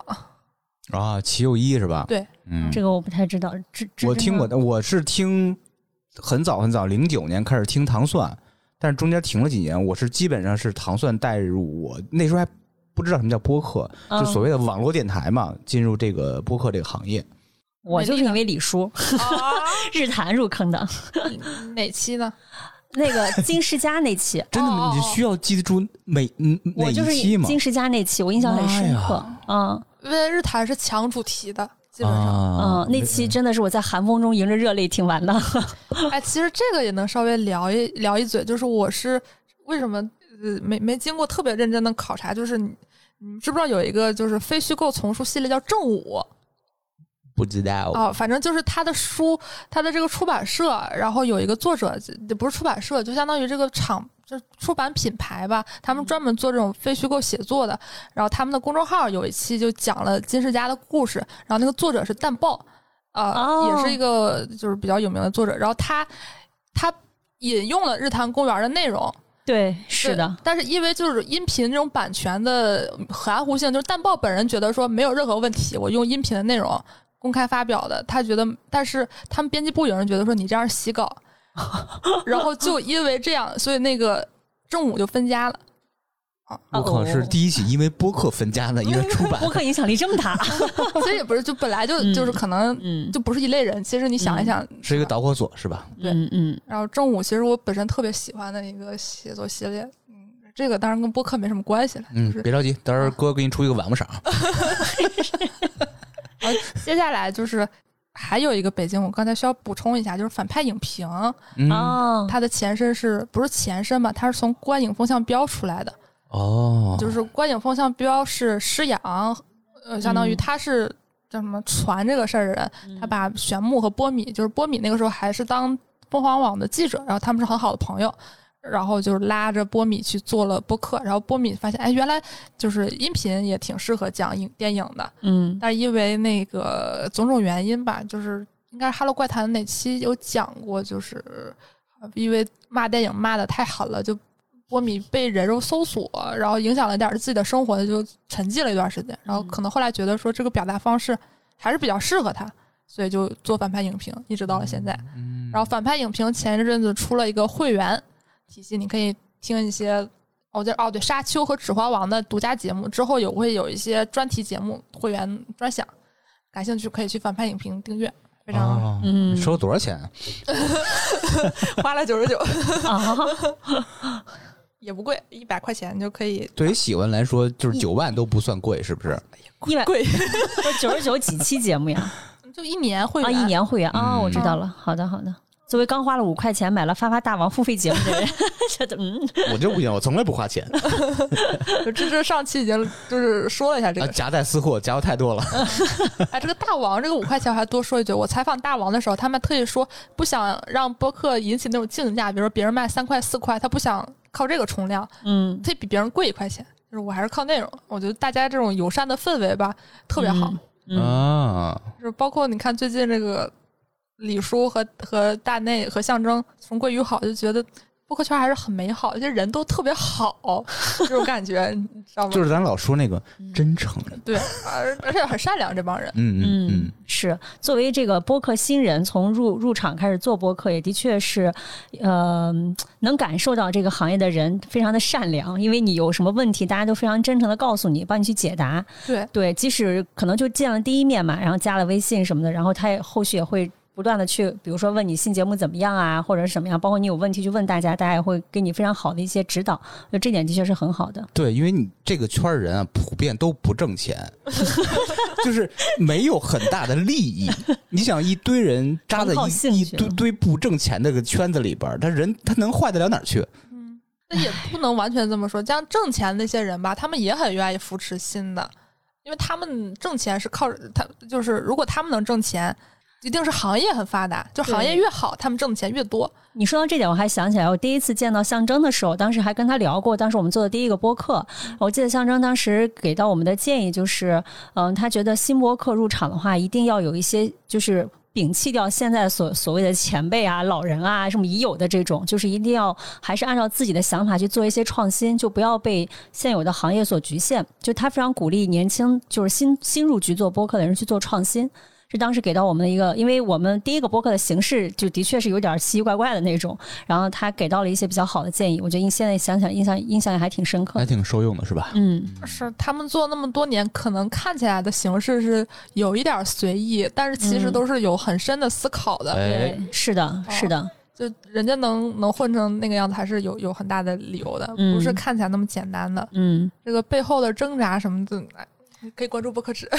Speaker 2: 啊，齐友一是吧？
Speaker 1: 对，
Speaker 2: 嗯，
Speaker 3: 这个我不太知道，知知
Speaker 2: 我
Speaker 3: 知
Speaker 2: 听
Speaker 3: 吗
Speaker 2: 过，的，我是听很早很早，零九年开始听糖蒜，但是中间停了几年，我是基本上是糖蒜带入我那时候还不知道什么叫播客，就
Speaker 3: 嗯
Speaker 2: 所谓的网络电台嘛，进入这个播客这个行业。
Speaker 3: 我就是因为李叔 日坛入坑的，
Speaker 1: 嗯哪期呢？
Speaker 3: 那个金世佳那期，
Speaker 2: 真的
Speaker 1: 哦哦
Speaker 2: 吗？
Speaker 1: 哦
Speaker 2: 你需要记得住每嗯 哪
Speaker 3: 我
Speaker 2: 一
Speaker 3: 就是
Speaker 2: 期吗？
Speaker 3: 金世佳那期，我印象很深刻。嗯
Speaker 1: 因为日坛是强主题的，基本上。
Speaker 2: 啊
Speaker 3: 嗯，那期真的是我在寒风中迎着热泪听完的。
Speaker 1: 哎，其实这个也能稍微聊一聊一嘴，就是我是为什么呃没没经过特别认真的考察，就是你你知不知道有一个就是非虚构丛书系列叫正午
Speaker 2: 不知道
Speaker 1: 啊，反正就是他的书，他的这个出版社，然后有一个作者，就不是出版社，就相当于这个厂。就是出版品牌吧，他们专门做这种非虚构写作的。然后他们的公众号有一期就讲了金世佳的故事，然后那个作者是淡豹，呃，
Speaker 3: 哦
Speaker 1: 也是一个就是比较有名的作者。然后他他引用了日坛公园的内容，
Speaker 3: 对，是的
Speaker 1: 对，但是因为就是音频这种版权的含糊性，就是淡豹本人觉得说没有任何问题，我用音频的内容公开发表的，他觉得，但是他们编辑部有人觉得说你这样洗 稿，然后就因为这样，所以那个正午就分家了。
Speaker 2: 我靠，
Speaker 3: 哦
Speaker 2: 是第一期因为播客分家的，因为出版
Speaker 3: 播客影响力这么大。
Speaker 1: 其实也不是，就本来就就是可能
Speaker 3: 嗯，
Speaker 1: 就不是一类人。其实你想一想，
Speaker 2: 是一个导火索是吧？
Speaker 1: 对
Speaker 3: 嗯嗯，
Speaker 1: 然后正午其实我本身特别喜欢的一个写作系列，嗯，这个当然跟播客没什么关系了，
Speaker 2: 嗯
Speaker 1: 就，是
Speaker 2: 别着急，到时候哥给你出一个晚不啊赏。
Speaker 1: 接下来就是还有一个北京，我刚才需要补充一下，就是反派影评，
Speaker 2: 嗯
Speaker 3: 哦，
Speaker 1: 它的前身是不是前身吧？它是从观影风向标出来的，
Speaker 2: 哦，
Speaker 1: 就是观影风向标是施养，呃，相当于
Speaker 3: 嗯
Speaker 1: 他是叫什么传这个事儿的人，
Speaker 2: 嗯
Speaker 1: 他把玄牧和波米，就是波米那个时候还是当凤凰网的记者，然后他们是很好的朋友。然后就是拉着波米去做了播客，然后波米发现，哎，原来就是音频也挺适合讲影电影的，
Speaker 3: 嗯
Speaker 1: 但是因为那个种种原因吧，就是应该是《哈喽怪谈》哪期有讲过，就是呃因为骂电影骂的太狠了，就波米被人肉搜索，然后影响了点儿自己的生活，就沉寂了一段时间。然后可能后来觉得说这个表达方式还是比较适合他，所以就做反派影评，一直到了现在。
Speaker 2: 嗯
Speaker 1: 然后反派影评前一阵子出了一个会员体系，你可以听一些。哦，对，哦，对，沙丘和指环王的独家节目之后有会有一些专题节目会员专享，感兴趣可以去反派影评订阅，非常、
Speaker 2: 哦
Speaker 3: 嗯
Speaker 2: 收了多少钱？
Speaker 1: 花了九十九
Speaker 3: 啊，
Speaker 1: 也不贵，一百块钱就可以
Speaker 2: 对于喜欢来说，就是九万都不算贵，是不是？
Speaker 3: 一百
Speaker 1: 贵，
Speaker 3: 九十九几期节目呀？
Speaker 1: 就一年会
Speaker 3: 啊，
Speaker 1: 员，
Speaker 3: 一年会员啊，
Speaker 2: 嗯
Speaker 3: 我知道了。好的好的，作为刚花了五块钱买了《发发大王》付费节目的人， 觉得嗯，
Speaker 2: 我就不行，我从来不花钱
Speaker 1: 就这是上期已经就是说了一下这
Speaker 2: 啊，
Speaker 1: 个事
Speaker 2: 夹带私货夹的太多了。
Speaker 1: 哎，这个大王这个五块钱我还多说一句，我采访大王的时候，他们特意说不想让播客引起那种竞价，比如说别人卖三块四块，他不想靠这个冲量，
Speaker 3: 嗯，
Speaker 1: 他比别人贵一块钱。就是我还是靠内容，我觉得大家这种友善的氛围吧，特别好。
Speaker 3: 嗯
Speaker 2: 啊，
Speaker 1: 就是包括你看最近这个李叔和和大内和象征从归于好，就觉得播客圈还是很美好，这人都特别 好，这种感觉，你知道吗？
Speaker 2: 就是咱老说那个真诚，
Speaker 1: 对，而而且很善良，这帮人。
Speaker 2: 嗯嗯
Speaker 3: 嗯
Speaker 2: 嗯，，
Speaker 3: 是作为这个播客新人，从入入场开始做播客，也的确是，呃，能感受到这个行业的人非常的善良，因为你有什么问题，大家都非常真诚的告诉你，帮你去解答。
Speaker 1: 对，
Speaker 3: 对，即使可能就见了第一面嘛，然后加了微信什么的，然后他也后续也会。不断的去，比如说问你新节目怎么样啊，或者是什么样，包括你有问题去问大家，大家也会给你非常好的一些指导，就这点的确是很好的。
Speaker 2: 对，因为你这个圈儿人啊，普遍都不挣 钱，就是没有很大的利益。你想，一堆人扎在
Speaker 3: 纯靠兴
Speaker 2: 一一
Speaker 3: 趣啊
Speaker 2: 堆堆不挣钱的个圈子里边儿，他人他能坏得了哪儿
Speaker 3: 嗯
Speaker 2: 去？
Speaker 1: 那也不能完全这么说，像挣钱那些人吧，他们也很愿意扶持新的，因为他们挣钱是靠他，就是如果他们能挣钱，一定是行业很发达，就行业
Speaker 3: 对
Speaker 1: 越好，他们挣的钱越多。
Speaker 3: 你说到这点，我还想起来，我第一次见到象征的时候，当时还跟他聊过，当时我们做的第一个播客，我记得象征当时给到我们的建议就是，嗯，他觉得新播客入场的话，一定要有一些就是。摒弃掉现在所所谓的前辈啊、老人啊、什么已有的这种，就是一定要还是按照自己的想法去做一些创新，就不要被现有的行业所局限。就他非常鼓励年轻，就是新新入局做播客的人去做创新。这当时给到我们的一个，因为我们第一个播客的形式就的确是有点奇奇怪怪的那种，然后他给到了一些比较好的建议，我觉得现在想想印象印象也还挺深刻的。
Speaker 2: 挺受用的，是吧？
Speaker 3: 嗯，
Speaker 1: 是他们做那么多年，可能看起来的形式是有一点随意，但是其实
Speaker 3: 嗯
Speaker 1: 都是有很深的思考的。
Speaker 2: 哎
Speaker 3: 对，，哦是的，是的，
Speaker 1: 就人家能能混成那个样子，还是有有很大的理由的，
Speaker 3: 嗯
Speaker 1: 不是看起来那么简单的。
Speaker 3: 嗯，
Speaker 1: 这个背后的挣扎什么的，哎可以关注播客 纸。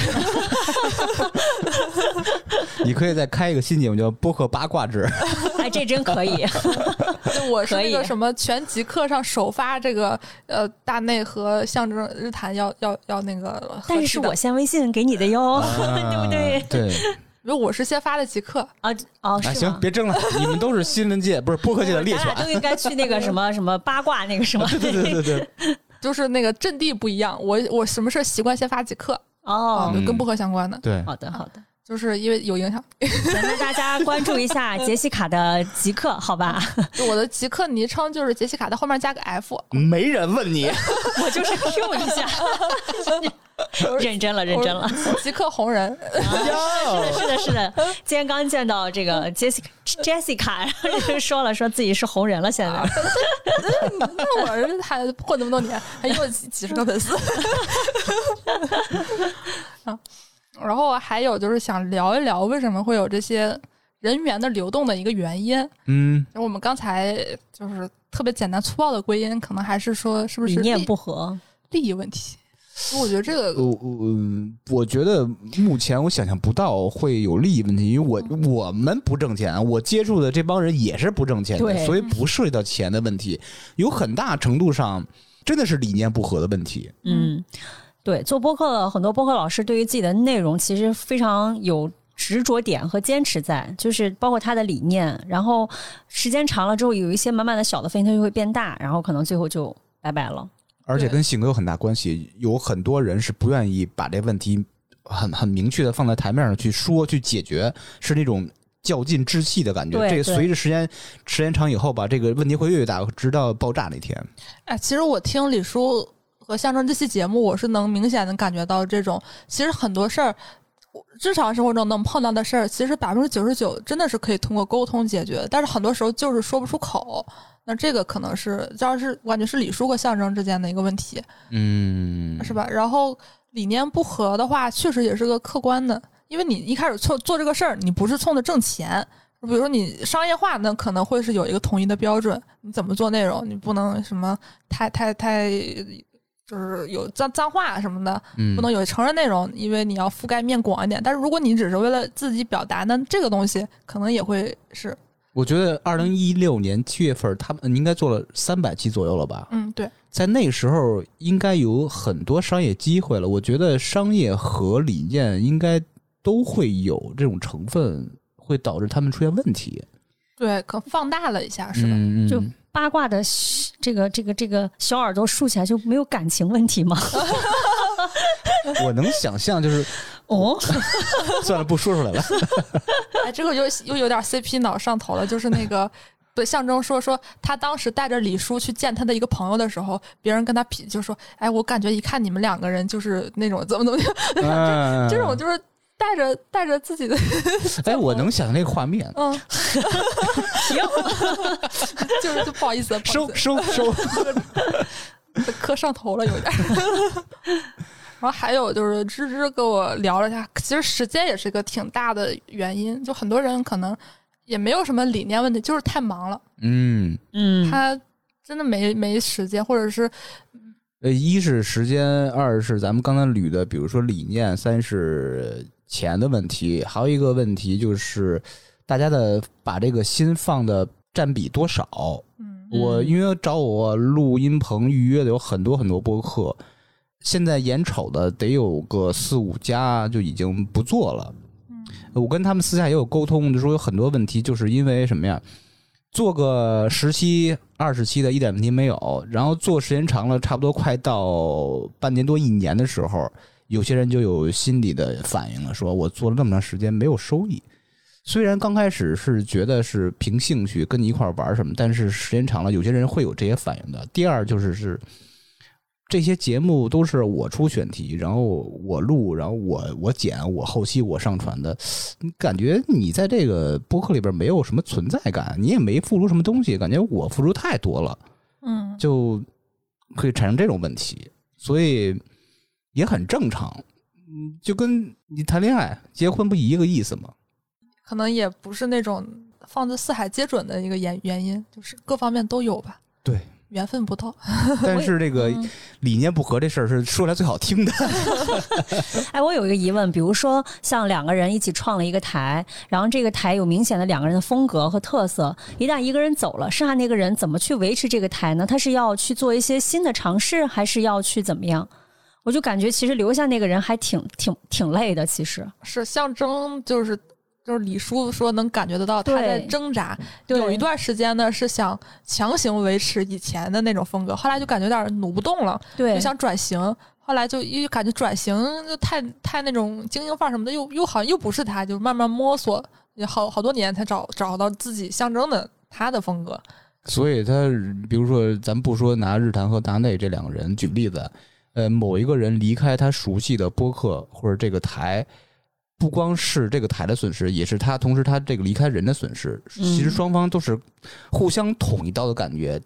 Speaker 2: 你可以再开一个新节目，叫播客八卦制。
Speaker 3: 哎，这真可以，
Speaker 1: 就我是
Speaker 3: 可
Speaker 1: 那个
Speaker 3: 以
Speaker 1: 什么全集课上首发这个呃大内和象征日坛要要要那个合
Speaker 3: 但是
Speaker 1: 体
Speaker 3: 是
Speaker 1: 的
Speaker 3: 我，先微信给你的哟，哦 对不对？
Speaker 2: 啊对，
Speaker 1: 因为我是先发的极客，
Speaker 3: 啊 哦，
Speaker 2: 哎，
Speaker 3: 是
Speaker 2: 行
Speaker 3: 吗，？哦
Speaker 2: 别争了，你们都是新闻界，不是播客界的猎
Speaker 3: 咱俩
Speaker 2: 犬。，
Speaker 3: 都应该去那个什么什么八卦那个什么
Speaker 2: 对对对对对，
Speaker 1: 就是那个阵地不一样，我我什么事儿习惯先发极客啊，
Speaker 3: 哦，
Speaker 1: 就跟
Speaker 2: 嗯
Speaker 1: 薄荷相关的，
Speaker 2: 对，
Speaker 3: 好的好的，
Speaker 1: 就是因为有影响。
Speaker 3: 行，那大家关注一下杰西卡的极客，好吧？
Speaker 1: 就我的极客昵称就是杰西卡，它后面加个 F，
Speaker 2: 没人问 你，
Speaker 3: 我就是 Q 一下， 认真了，认真了。
Speaker 1: 我是极客红人，
Speaker 2: 哟
Speaker 3: 是的，是的，今天刚见到这个 Jessica Jessica，然后就说了，说自己啊是红人了，现在。
Speaker 1: 嗯那我是还混那么多年，还有几几十个粉丝。啊，然后还有就是想聊一聊为什么会有这些人员的流动的一个原因。
Speaker 2: 嗯，
Speaker 1: 就我们刚才就是特别简单粗暴的归因，可能还是说是不
Speaker 3: 理
Speaker 1: 是
Speaker 3: 念
Speaker 1: 利
Speaker 3: 不合，
Speaker 1: 利益问题。因为我觉得这个
Speaker 2: 我我嗯我觉得目前我想象不到会有利益问题，因为
Speaker 1: 嗯
Speaker 2: 我我们不挣钱，我接触的这帮人也是不挣钱的，
Speaker 3: 对
Speaker 1: 嗯
Speaker 2: 所以不涉及到钱的问题，有很大程度上真的是理念不合的问题。
Speaker 1: 嗯
Speaker 3: 嗯，对，做播客很多播客老师对于自己的内容其实非常有。执着点和坚持在，就是包括他的理念，然后时间长了之后，有一些慢慢的小的分它就会变大，然后可能最后就拜拜了。
Speaker 2: 而且
Speaker 1: 对
Speaker 2: 跟性格有很大关系，有很多人是不愿意把这问题很很明确的放在台面上去说去解决，是那种较劲置气的感觉。
Speaker 3: 对
Speaker 2: 这个
Speaker 3: 对
Speaker 2: 随着时间时间长以后吧，这个问题会越来越大，直到爆炸那天。
Speaker 1: 哎，其实我听李叔和象征这期节目，我是能明显的感觉到这种，其实很多事儿，我日常生活中能碰到的事儿，其实百分之九十九真的是可以通过沟通解决的，但是很多时候就是说不出口。那这个可能是，这要是我感觉是李叔和象征之间的一个问题，
Speaker 2: 嗯
Speaker 1: 是吧？然后理念不合的话，确实也是个客观的，因为你一开始做做这个事儿，你不是冲着挣钱。比如说你商业化，那可能会是有一个统一的标准，你怎么做内容，你不能什么太太太，就是有脏脏话什么的，
Speaker 2: 嗯
Speaker 1: 不能有成人内容，因为你要覆盖面广一点。但是如果你只是为了自己表达，那这个东西可能也会是，
Speaker 2: 我觉得二零一六年七月份，他们呃应该做了三百期左右了吧？
Speaker 1: 嗯，对，
Speaker 2: 在那时候，应该有很多商业机会了。我觉得商业和理念应该都会有这种成分，会导致他们出现问题，
Speaker 1: 对，可放大了一下，是吧？
Speaker 2: 嗯
Speaker 3: 就八卦的这个这个这个小耳朵竖起来就没有感情问题吗？
Speaker 2: 我能想象，就是
Speaker 3: 哦，
Speaker 2: 算了，不说出来了。
Speaker 1: 哎，这个又又有点 CP 脑上头了，就是那个。对，象征说说他当时带着李叔去见他的一个朋友的时候，别人跟他比就说：“哎，我感觉一看你们两个人就是那种怎么怎么样，
Speaker 2: 嗯
Speaker 1: 这种 就是带着带着自己的，。
Speaker 2: 哎，我能想象那个画面
Speaker 1: 嗯，就是就不好意思，不好意
Speaker 2: 收
Speaker 1: 思
Speaker 2: 收收！
Speaker 1: 磕上头了，有点儿。 然后还有就是芝芝跟我聊了一下，其实时间也是一个挺大的原因，就很多人可能也没有什么理念问题，就是太忙了，
Speaker 2: 嗯，
Speaker 3: 嗯，
Speaker 1: 他真的没没时间，或者是
Speaker 2: 呃，一是时间，二是咱们刚才捋的，比如说理念，三是钱的问题，还有一个问题就是大家的把这个心放的占比多少。
Speaker 1: 嗯
Speaker 2: 我因为找我录音棚预约的有很多很多播客，现在眼瞅的得有个四五家就已经不做了。我跟他们私下也有沟通，就说有很多问题，就是因为什么呀？做个十期、二十期的，一点问题没有。然后做时间长了，差不多快到半年多、一年的时候，有些人就有心理的反应了，说我做了那么长时间没有收益。虽然刚开始是觉得是凭兴趣跟你一块儿玩儿什么，但是时间长了，有些人会有这些反应的。第二就是是这些节目都是我出选题，然后我录，然后我我剪，我后期我上传的，你感觉你在这个播客里边没有什么存在感，你也没付出什么东西，感觉我付出太多了。
Speaker 1: 嗯
Speaker 2: 就会产生这种问题，所以也很正常。嗯，就跟你谈恋爱、结婚不一个意思吗？
Speaker 1: 可能也不是那种放之四海皆准的一个原原因，就是各方面都有吧，
Speaker 2: 对，
Speaker 1: 缘分不到。
Speaker 2: 但是这个
Speaker 3: 嗯
Speaker 2: 理念不合这事儿是说来最好听的。
Speaker 3: 哎，我有一个疑问，比如说像两个人一起创了一个台，然后这个台有明显的两个人的风格和特色，一旦一个人走了，剩下那个人怎么去维持这个台呢？他是要去做一些新的尝试，还是要去怎么样？我就感觉其实留下那个人还挺挺挺累的，其实
Speaker 1: 是象征，就是就是李叔说能感觉得到他在
Speaker 3: 对
Speaker 1: 挣扎。
Speaker 3: 对
Speaker 1: 有一段时间呢是想强行维持以前的那种风格，后来就感觉有点挪不动了，
Speaker 3: 对
Speaker 1: 就想转型。后来就又感觉转型就太太那种精英范儿什么的，又又好像又不是他，就慢慢摸索，也好好多年才找找到自己象征的他的风格。
Speaker 2: 所以他，比如说，咱不说拿日坛和达内这两个人举例子，呃，某一个人离开他熟悉的播客或者这个台，不光是这个台的损失，也是他同时他这个离开人的损失。其实
Speaker 3: 嗯
Speaker 2: 双方都是互相捅一刀的感觉。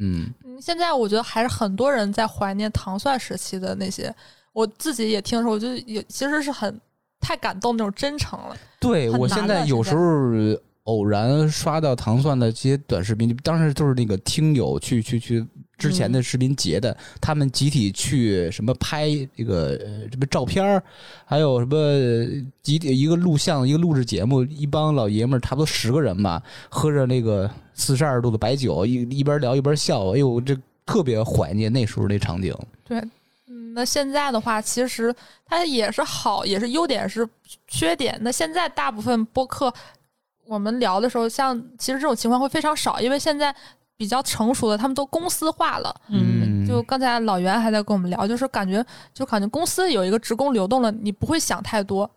Speaker 2: 嗯
Speaker 1: 嗯，现在我觉得还是很多人在怀念糖蒜时期的那些，我自己也听说，我就也其实是很太感动那种真诚了。
Speaker 2: 对
Speaker 1: 很
Speaker 2: 我
Speaker 1: 难
Speaker 2: 现
Speaker 1: 的
Speaker 2: 在有时
Speaker 1: 现
Speaker 2: 候呃偶然刷到糖蒜的这些短视频，当时就是那个听友去去去之前
Speaker 1: 嗯
Speaker 2: 的视频截的，他们集体去什么拍这个呃什么照片儿，还有什么呃集体一个录像一个录制节目，一帮老爷们儿差不多十个人吧，喝着那个四十二度的白酒，一一边聊一边笑，哎呦这。特别怀念那时候那场景，
Speaker 1: 对，嗯，那现在的话，其实它也是好，也是优点是缺点。那现在大部分播客我们聊的时候，像其实这种情况会非常少，因为现在比较成熟的，他们都公司化了。
Speaker 3: 嗯
Speaker 1: 就刚才老袁还在跟我们聊，就是感觉就感觉公司有一个职工流动了，你不会想太多。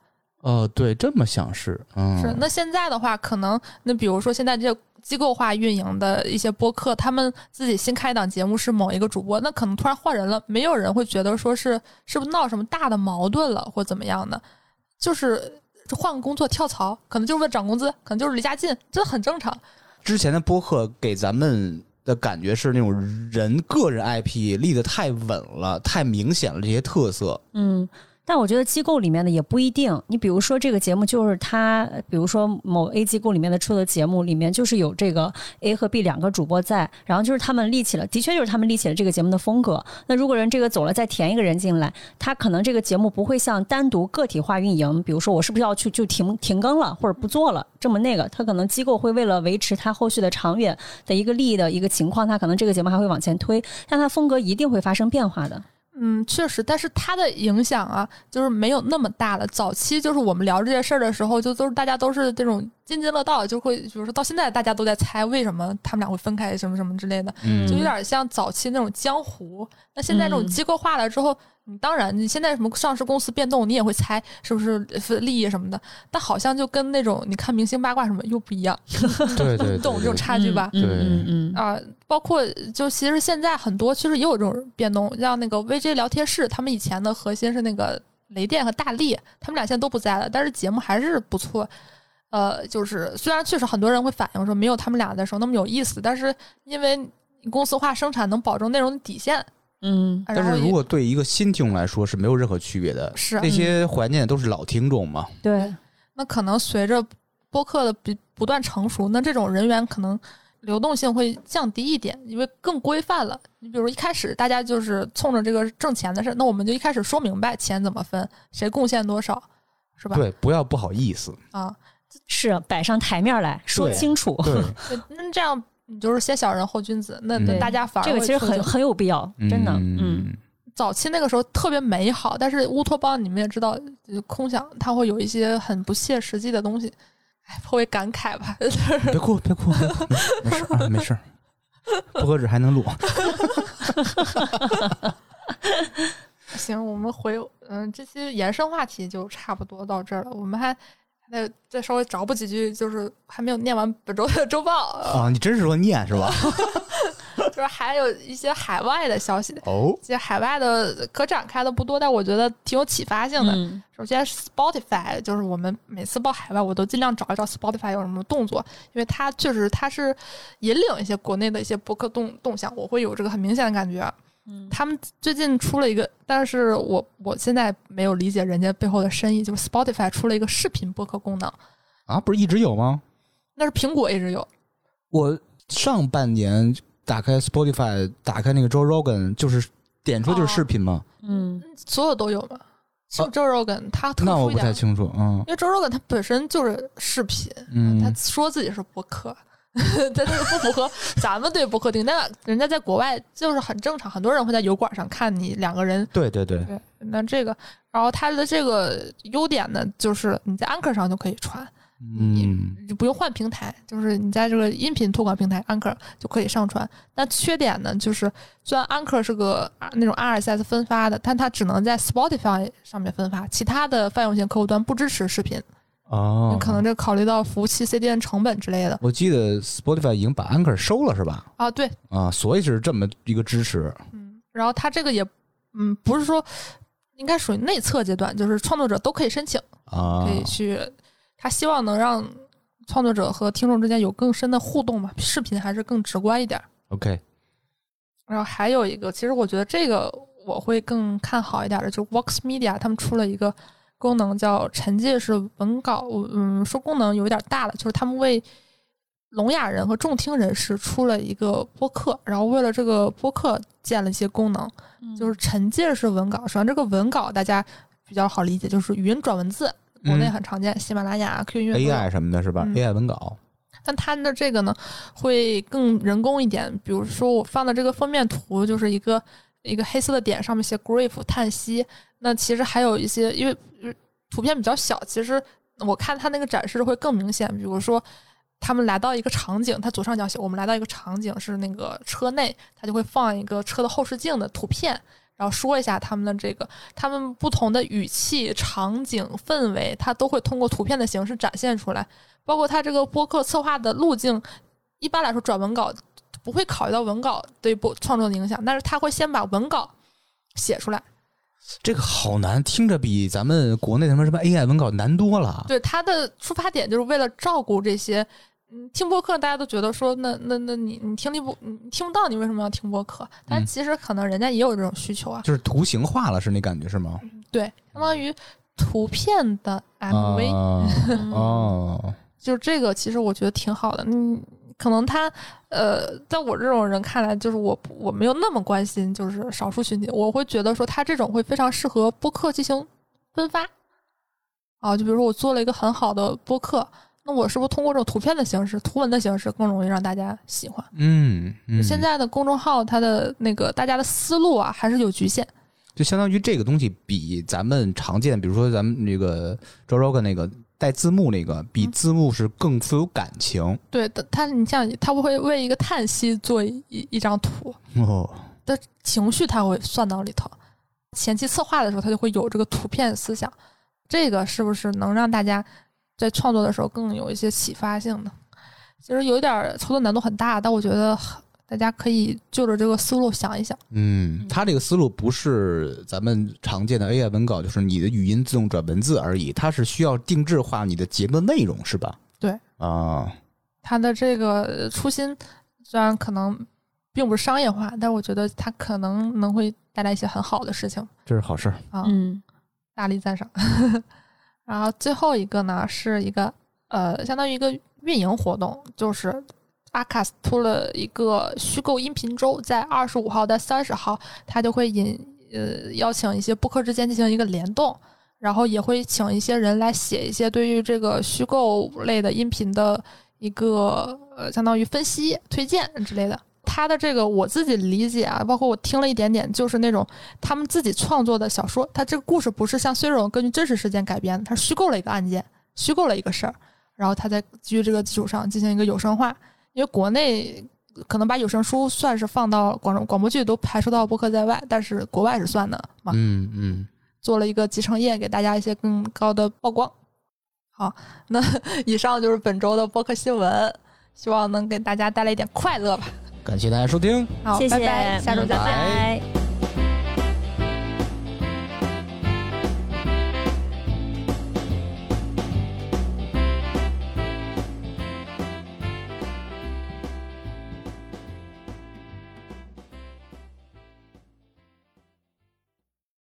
Speaker 2: 呃，对，这么想是，嗯，
Speaker 1: 是，那现在的话，可能那比如说现在这机构化运营的一些播客，他们自己新开一档节目是某一个主播，那可能突然换人了，没有人会觉得说是是不是闹什么大的矛盾了或怎么样的，就是换个工作跳槽，可能就是为了涨工资，可能就是离家近，这很正常。
Speaker 2: 之前的播客给咱们的感觉是那种人个人 IP 立得太稳了，太明显了这些特色。
Speaker 3: 嗯，但我觉得机构里面的也不一定。你比如说这个节目，就是它，比如说某 A 机构里面的出的节目里面，就是有这个 A 和 B 两个主播在，然后就是他们立起了，的确就是他们立起了这个节目的风格。那如果人这个走了，再填一个人进来，他可能这个节目不会像单独个体化运营，比如说我是不是要去就停停更了，或者不做了这么那个，他可能机构会为了维持他后续的长远的一个利益的一个情况，他可能这个节目还会往前推，但他风格一定会发生变化的。
Speaker 1: 嗯，确实，但是它的影响啊，就是没有那么大了。早期就是我们聊这些事儿的时候，就都是大家都是这种津津乐道，就会比如说到现在大家都在猜为什么他们俩会分开，什么什么之类的。
Speaker 2: 嗯
Speaker 1: 就有点像早期那种江湖。那现在这种
Speaker 3: 嗯
Speaker 1: 机构化了之后，你当然，你现在什么上市公司变动，你也会猜是不是利益什么的，但好像就跟那种你看明星八卦什么又不一样，
Speaker 2: 对对，
Speaker 1: 你懂这种差距吧？
Speaker 3: 嗯
Speaker 2: 对
Speaker 3: 嗯嗯嗯
Speaker 1: 啊、包括就其实现在很多其实也有这种变动，像那个 VJ 聊天室，他们以前的核心是那个雷电和大力，他们俩现在都不在了，但是节目还是不错。呃，就是虽然确实很多人会反映说没有他们俩的时候那么有意思，但是因为公司化生产能保证内容的底线，
Speaker 3: 嗯
Speaker 1: 然
Speaker 2: 但
Speaker 1: 后
Speaker 2: 是
Speaker 1: 也
Speaker 2: 如果对一个新听众来说是没有任何区别的，
Speaker 1: 是
Speaker 2: 那些怀念的都是老听众嘛，
Speaker 3: 对，
Speaker 1: 那可能随着播客的不不断成熟，那这种人员可能流动性会降低一点，因为更规范了。你比如一开始大家就是冲着这个挣钱的事儿，那我们就一开始说明白钱怎么分，谁贡献多少，是吧？
Speaker 2: 对，不要不好意思，
Speaker 1: 啊，
Speaker 3: 是摆上台面来说
Speaker 2: 对
Speaker 3: 清楚，
Speaker 2: 对，
Speaker 1: 对那这样你就是先小人后君子，那那
Speaker 2: 嗯
Speaker 1: 大家反而
Speaker 3: 这个
Speaker 1: 会
Speaker 3: 其 实
Speaker 1: 促
Speaker 3: 很
Speaker 1: 进
Speaker 3: 很有必要，真的，嗯，
Speaker 1: 早期那个时候特别美好，但是乌托邦你们也知道，就是空想它会有一些很不切实际的东西，哎，颇为感慨吧。
Speaker 2: 别哭，别哭，别哭没事啊，没事儿，不合适还能录。
Speaker 1: 行，我们回嗯，这期延伸话题就差不多到这儿了。我们还还得再稍微找补几句，就是还没有念完本周的周报，
Speaker 2: 啊，你真是说念是吧？
Speaker 1: 就是还有一些海外的消息。
Speaker 2: 哦，
Speaker 1: 其实海外的可展开的不多，但我觉得挺有启发性的。
Speaker 3: 嗯
Speaker 1: 首先，Spotify 就是我们每次报海外，我都尽量找一找 Spotify 有什么动作，因为它确实它是引领一些国内的一些博客动动向，我会有这个很明显的感觉。
Speaker 3: 嗯
Speaker 1: 他们最近出了一个，但是我我现在没有理解人家背后的深意，就是 Spotify 出了一个视频播客功能，
Speaker 2: 啊，不是一直有吗？
Speaker 1: 那是苹果一直有，
Speaker 2: 我上半年打开 Spotify，打开那个 Joe Rogan，就是点出
Speaker 1: 哦
Speaker 2: 就是视频嘛，
Speaker 3: 嗯
Speaker 1: 所有都有嘛？是不是 Joe Rogan 他特
Speaker 2: 啊那
Speaker 1: 殊
Speaker 2: 我
Speaker 1: 一
Speaker 2: 不
Speaker 1: 点
Speaker 2: 太，清楚。嗯
Speaker 1: 因为 Joe Rogan 他本身就是视频，他
Speaker 2: 嗯，
Speaker 1: 说自己是博客， 但这个不符合 咱们对博客定义。那人家在国外就是很正常，很多人会在油管上看你两个人。
Speaker 2: 对对对，
Speaker 1: 对，那这个，然后它的这个优点呢，就是你在 Anchor 上就可以传，
Speaker 2: 嗯，
Speaker 1: 你不用换平台，就是你在这个音频托管平台 Anchor 就可以上传。那缺点呢，就是虽然 Anchor 是个啊那种 RSS 分发的，但它只能在 Spotify 上面分发，其他的泛用型客户端不支持视频。
Speaker 2: 哦，
Speaker 1: 可能这考虑到服务器 CDN 成本之类的
Speaker 2: 我记得 Spotify 已经把 Anchor 收了是吧？
Speaker 1: 啊。对，
Speaker 2: 啊，所以是这么一个支持。
Speaker 1: 嗯，然后它这个也，嗯，不是说应该属于内测阶段，就是创作者都可以申请，
Speaker 2: 啊
Speaker 1: 可，以去，他希望能让创作者和听众之间有更深的互动嘛，视频还是更直观一点儿。
Speaker 2: OK，
Speaker 1: 然后还有一个，其实我觉得这个我会更看好一点的，就是 Vox Media 他们出了一个功能叫沉浸式文稿，嗯，说功能有点大了，就是他们为聋哑人和重听人士出了一个播客，然后为了这个播客建了一些功能，就是沉浸式文稿。首先，这个文稿大家比较好理解，就是语音转文字，国内
Speaker 2: 嗯
Speaker 1: 很常见，喜马拉雅、Q 音乐都有
Speaker 2: AI 什么的是吧
Speaker 1: 嗯
Speaker 2: ？AI 文稿，
Speaker 1: 但它的这个呢，会更人工一点。比如说我放的这个封面图，就是一个一个黑色的点，上面写 “grief” 叹息。那其实还有一些，因为呃图片比较小，其实我看它那个展示会更明显。比如说，他们来到一个场景，它左上角写我们来到一个场景是那个车内，它就会放一个车的后视镜的图片。然后说一下他们的这个，他们不同的语气、场景、氛围，它都会通过图片的形式展现出来。包括它这个播客策划的路径，一般来说转文稿不会考虑到文稿对播创作的影响，但是他会先把文稿写出来。
Speaker 2: 这个好难，听着比咱们国内他们什么 AI 文稿难多了。
Speaker 1: 对，他的出发点就是为了照顾这些。嗯，听播客大家都觉得说，那那那你你听力不你听不到，你为什么要听播客？但
Speaker 2: 嗯
Speaker 1: 其实可能人家也有这种需求啊。
Speaker 2: 就是图形化了，是那感觉是吗
Speaker 1: 对，相当于图片的 MV，、
Speaker 2: 啊
Speaker 3: 嗯
Speaker 2: 哦，
Speaker 1: 就这个，其实我觉得挺好的。嗯，可能他呃，在我这种人看来，就是我不我没有那么关心，就是少数群体，我会觉得说他这种会非常适合播客进行分发。啊，就比如说我做了一个很好的播客，那我是不是通过这种图片的形式、图文的形式更容易让大家喜欢？
Speaker 2: 嗯嗯，
Speaker 1: 现在的公众号，它的那个大家的思路啊，还是有局限。
Speaker 2: 就相当于这个东西比咱们常见，比如说咱们那个 j o r o g a 那个带字幕那个，比
Speaker 1: 嗯
Speaker 2: 字幕是更富有感情
Speaker 1: 对，它它你像它会为一个叹息做一一一张图，
Speaker 2: 哦。
Speaker 1: 情绪它会算到里头。前期策划的时候，它就会有这个图片思想，这个是不是能让大家在创作的时候更有一些启发性呢？其实有一点儿操作难度很大，但我觉得呃大家可以就着这个思路想一想。
Speaker 2: 嗯，它这个思路不是咱们常见的 AI 文稿，就是你的语音自动转文字而已，它是需要定制化你的节目内容，是吧？
Speaker 1: 对
Speaker 2: 啊，
Speaker 1: 它的这个呃初心虽然可能并不是商业化，但我觉得它可能能会带来一些很好的事情。
Speaker 2: 这是好事儿。
Speaker 1: 啊，
Speaker 3: 嗯
Speaker 1: 大力赞赏。 然后最后一个呢，是一个呃，相当于一个运营活动，就是阿卡斯出了一个虚构音频周，在二十五号到三十号，他就会引呃邀请一些播客之间进行一个联动，然后也会请一些人来写一些对于这个虚构类的音频的一个呃，相当于分析、推荐之类的。他的这个我自己理解啊，包括我听了一点点，就是那种他们自己创作的小说，它这个故事不是像《碎肉》根据真实事件改编的，它是虚构了一个案件，虚构了一个事儿，然后他在基于这个基础上进行一个有声化。因为国内可能把有声书算是放到广广播剧都排除到播客在外，但是国外是算的嘛，
Speaker 2: 嗯嗯，
Speaker 1: 做了一个集成页，给大家一些更高的曝光。好，那 以上就是本周的播客新闻，希望能给大家带来一点快乐吧。
Speaker 2: 感谢大家收听。
Speaker 1: 好，
Speaker 3: 谢谢，
Speaker 1: 拜拜，下周
Speaker 3: 嗯
Speaker 1: 再见。
Speaker 3: 拜拜